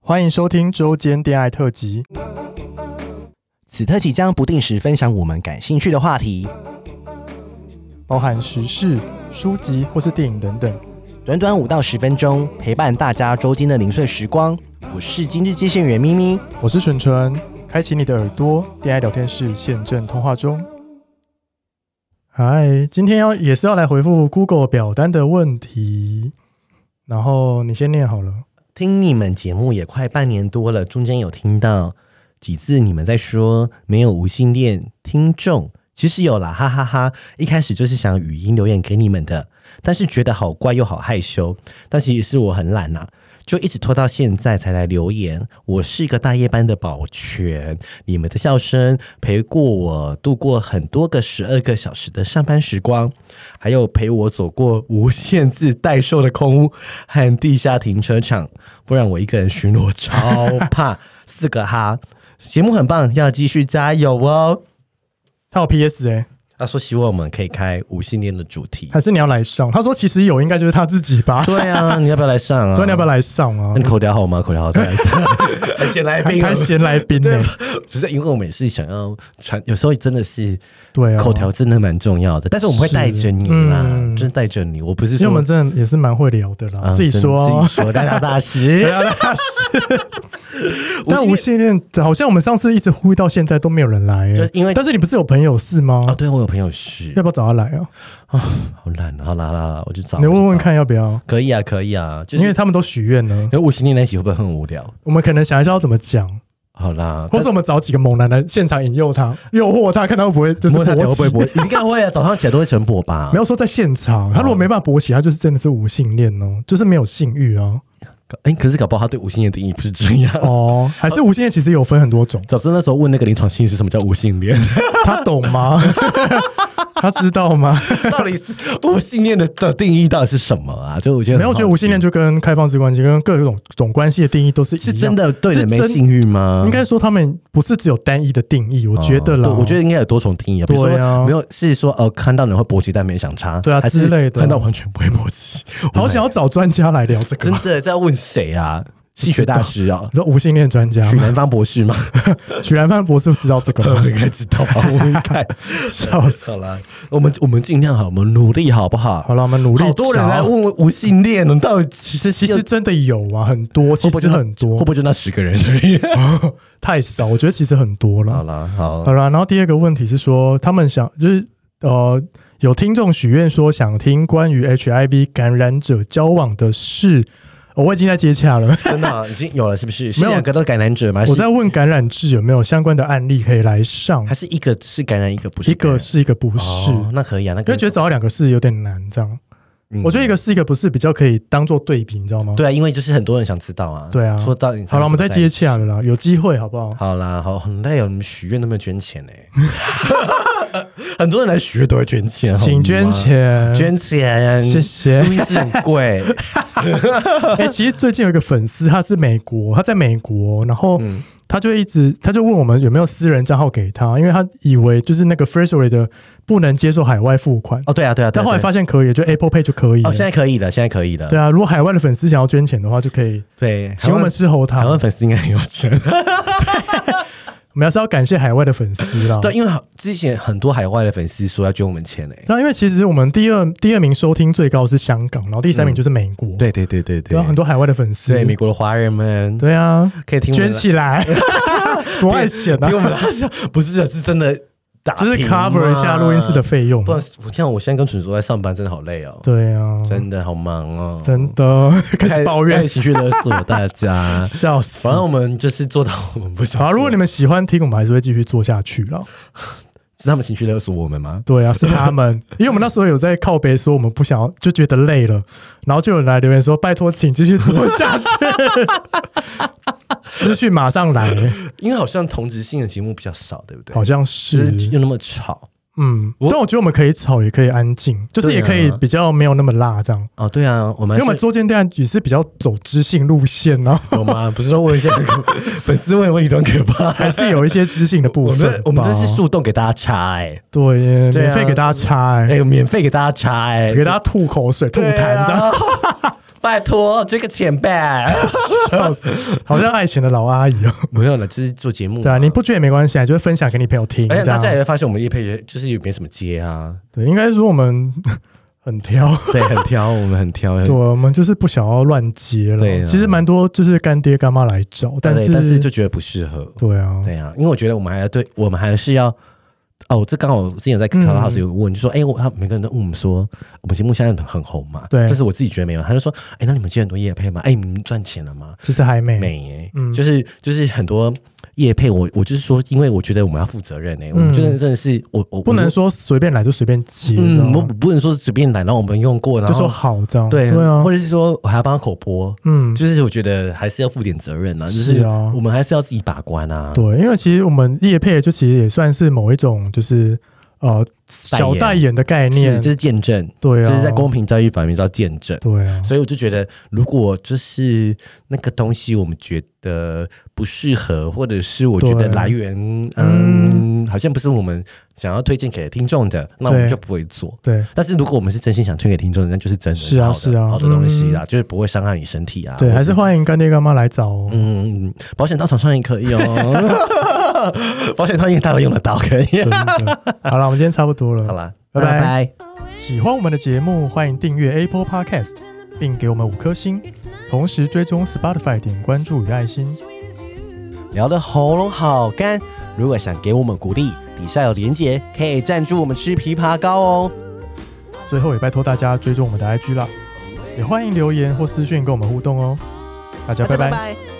欢迎收听周间恋爱特辑。此特辑将不定时分享我们感兴趣的话题，包含时事、书籍或是电影等等。短短五到十分钟，陪伴大家周间的零碎时光。我是今日接线员咪咪，我是纯纯，开启你的耳朵，恋爱聊天室现正通话中。嗨，今天要也是要来回复 Google 表单的问题，然后你先念好了。听你们节目也快半年多了，中间有听到几次你们在说没有无性恋听众，其实有啦，哈哈哈一开始就是想语音留言给你们的，但是觉得好怪又好害羞，但其实是我很懒呐、啊就一直拖到现在才来留言。我是一个大夜班的保全，你们的笑声陪过我度过很多个十二个小时的上班时光，还有陪我走过无限制代售的空屋和地下停车场，不然我一个人巡逻超怕。四个哈，节目很棒，要继续加油哦。他有 PS 哎、他说希望我们可以开无性恋的主题。还是你要来上？他说其实有，应该就是他自己吧。对啊，你要不要来上啊？所以你要不要？来上啊那？你口条好吗？口条好再来上。还先来还宾哦，还闲来宾呢、欸对，只是因为我们也是想要传，有时候真的是对啊，口条真的蛮重要的，但是我们会带着你啦，嗯就是带着你。我不是因为说我们真的也是蛮会聊的啦，啊自己说真的哦、自己说，大家大 师，但啊 但无性恋好像我们上次一直呼吁到现在都没有人来、欸，就因为但是你不是有朋友是吗？哦，对我有朋友是要，不要找他来啊？好懒啊，好啦好啦好啦，我就找，你我就问问找，看要不要？可以啊，可以啊，就因为是他们都许愿了，有五十年在一起会不会很无聊？我们可能想一下要怎么讲，好啦，或者我们找几个猛男来现场引诱他、诱惑他，看他会不会就是摸他头勃会起。不会勃？ 哦应该会啊，早上起来都会晨勃吧？没有说在现场，他如果没办法勃起，他就是真的是无性恋哦，就是没有性欲啊。搞，哎，可是搞不好他对无性恋的定义不是这 样。哦，还是无性恋其实有分很多种，早知道那时候问那个临床心理师什么叫无性恋，他懂吗？他知道吗？ 到底是 无性恋的的定义到底是什么啊？就 我觉得没有，我觉得无性恋就就跟开放式关系跟各种种关系的定义都是一样是真。的对是人没真性欲吗？哦应该说他们不是只有单一的定义，我觉得啦，对我觉得应该有多重定义啊，比如对啊说没有是说呃看到人会勃起但没想插，对啊还是之类的看到完全不会勃 起，好想要找专家来聊这个真。的在问谁啊？性学大师啊 你，说无性恋专家许南方博 士吗？许兰芳博士知道这个吗 我？应该知道吧？我应该 笑死！好啦，我们我们尽量好，我们努力好不好？好了，我们努力。好多人来，问我无性恋，你到底其实其实真的有啊，很多，其哦会不会实就那很会不多，会就那十个人而已？ 太少。我觉得其实很多好了。啦，好好，了，然后第二个问题是说，他们想就是呃，有听众许愿说想听关于 HIV 感染者交往的事，哦我已经在接洽了。真的啊已经有了，是不是？是没有两个都感染者吗？ 我是在问感染制有没有相关的案例可以来上还，是一个是感染，一个不是一感个染是一个不是，哦那可以啊，那因可为以觉得找到两个是有点难，这样。嗯我觉得一个是一个不是比较可以当做对比，你知道吗？对啊，因为就是很多人想知道啊。对啊说到底，好了，我们再接洽了。了啦，有机会好不好？好啦，好，很累哦，你们许愿都没有捐钱 呢、很多人来许愿都会捐钱，好吗请捐，钱，捐钱，谢谢录。音室很贵，哎，其实最近有一个粉丝，他是美国，他在美国，然后嗯他就一直他就问我们有没有私人账号给他，因为他以为就是那个 Firstory 的不能接受海外付款，哦，对啊，对啊，对啊但后来对啊发现可以，就 Apple Pay 就可以了哦，现。在可以了，现在可以了，对啊，如果海外的粉丝想要捐钱的话，就可以对，请我们台吃喉湾台糖湾。粉丝应该很有钱，啊 我们还是要感谢海外的粉丝啦。对，因为好之前很多海外的粉丝说要捐我们钱呢、欸那因为其实我们第二第二名收听最高是香港，然后第三名就是美国。对对对对对啊，很多海外的粉丝。对美国的华人们，对啊，可以听我捐们的 起来，多爱钱啊比！我们啊拉下，不是啊，是真的打就是平 cover 一下嘛录音室的。费用不。然我像我现在跟纯叔在上班，真的好累哦，对啊，真的哎好忙哦，真的 开始抱开怨。始，情绪勒索大家 笑死反。正我们就是做到我们不想做。好，如果你们喜欢听，我们还是会继续做下去了。是他们情绪勒索我们吗？对啊，是他们， 因为我们那时候有在靠背说我们不想要，就觉得累了，然后就有人来留言说：“拜托，请继续做下 去。”私讯马上来，因为好像同质性的节目比较少，对不对？好像就是是又那么吵嗯，但我觉得我们可以吵，也可以安静，就是也可以对啊比较没有那么辣这样。哦，对啊，我们因为我们是做间店也是比较走知性路线 呢、啊，有吗？不是说问一下 粉丝问的问题都很可怕。还是有一些知性的部我分吧们我们这是树洞给大家插哎对耶，对啊免费给大家插、欸，哎，免费给大家插哎，啊给大家吐口水、吐痰这样。样。 拜托追个钱 呗。笑死，好像爱钱的老阿姨哦。没有了，就是做节目。对啊，你不追也没关系啊，就是分享给你朋友听。而且这大家样也会发现，我们叶配也就是也没什么接啊，对，应该是说我们 很挑，对，很挑，我们很挑，很对，我们就是不想要乱接对了。啊其实蛮多就是干爹干妈来找，但对是但是就觉得不适合。对啊，对啊，因为我觉得我们还要对，我们还是要。哦，这刚好我之前有在 c 嗯 l u b h o u s 有问，就说，哎、我他每个人都问我们说，我们节目现在很红嘛，对但是我自己觉得没有，他就说，哎、那你们接很多夜配吗？哎、你们赚钱了吗？其实还没。美耶、嗯就是就是很多夜配，我我就是说，因为我觉得我们要负责任哎、我们真的真的是我我嗯不能，我说随便来就随便接，知道嗯，吗我不能说随便来，然后我们用过，然就后说好这样，对对啊或，者是说我还要帮他口播，嗯，就是我觉得还是要负点责任啊，就是啊我们还是要自己把关啊，对，因为其实我们业配就其实也算是某一种就是呃小啊代言的概是念，就是见证，对啊，就是在公平交易法里面叫见证。对啊，所以我就觉得，如果就是那个东西，我们觉得不适合，或者是我觉得对来源，嗯，好像不是我们想要推荐给听众的，那我们对就不会做。对但是如果我们是真心想推给听众的，那就是真的是啊好的是啊好的东西啊，就是不会伤害你身体啊。对，或还是欢迎干爹干妈来找哦。嗯，嗯保险套厂商也 可以哦，保险套应该大家都用得到，可以。真 的，好了，我们今天差不多了。好，啦，拜拜拜喜欢我们的节目，欢迎订阅 Apple Podcast，并给我们五颗星，同时追踪 Spotify 点关注与爱心。聊得喉咙好干。如果想给我们鼓励，底下有连结，可以赞助我们吃枇杷膏哦。最后也拜托大家追踪我们的 IG 啦，也欢迎留言或私讯跟我们互动哦。大家大家拜拜拜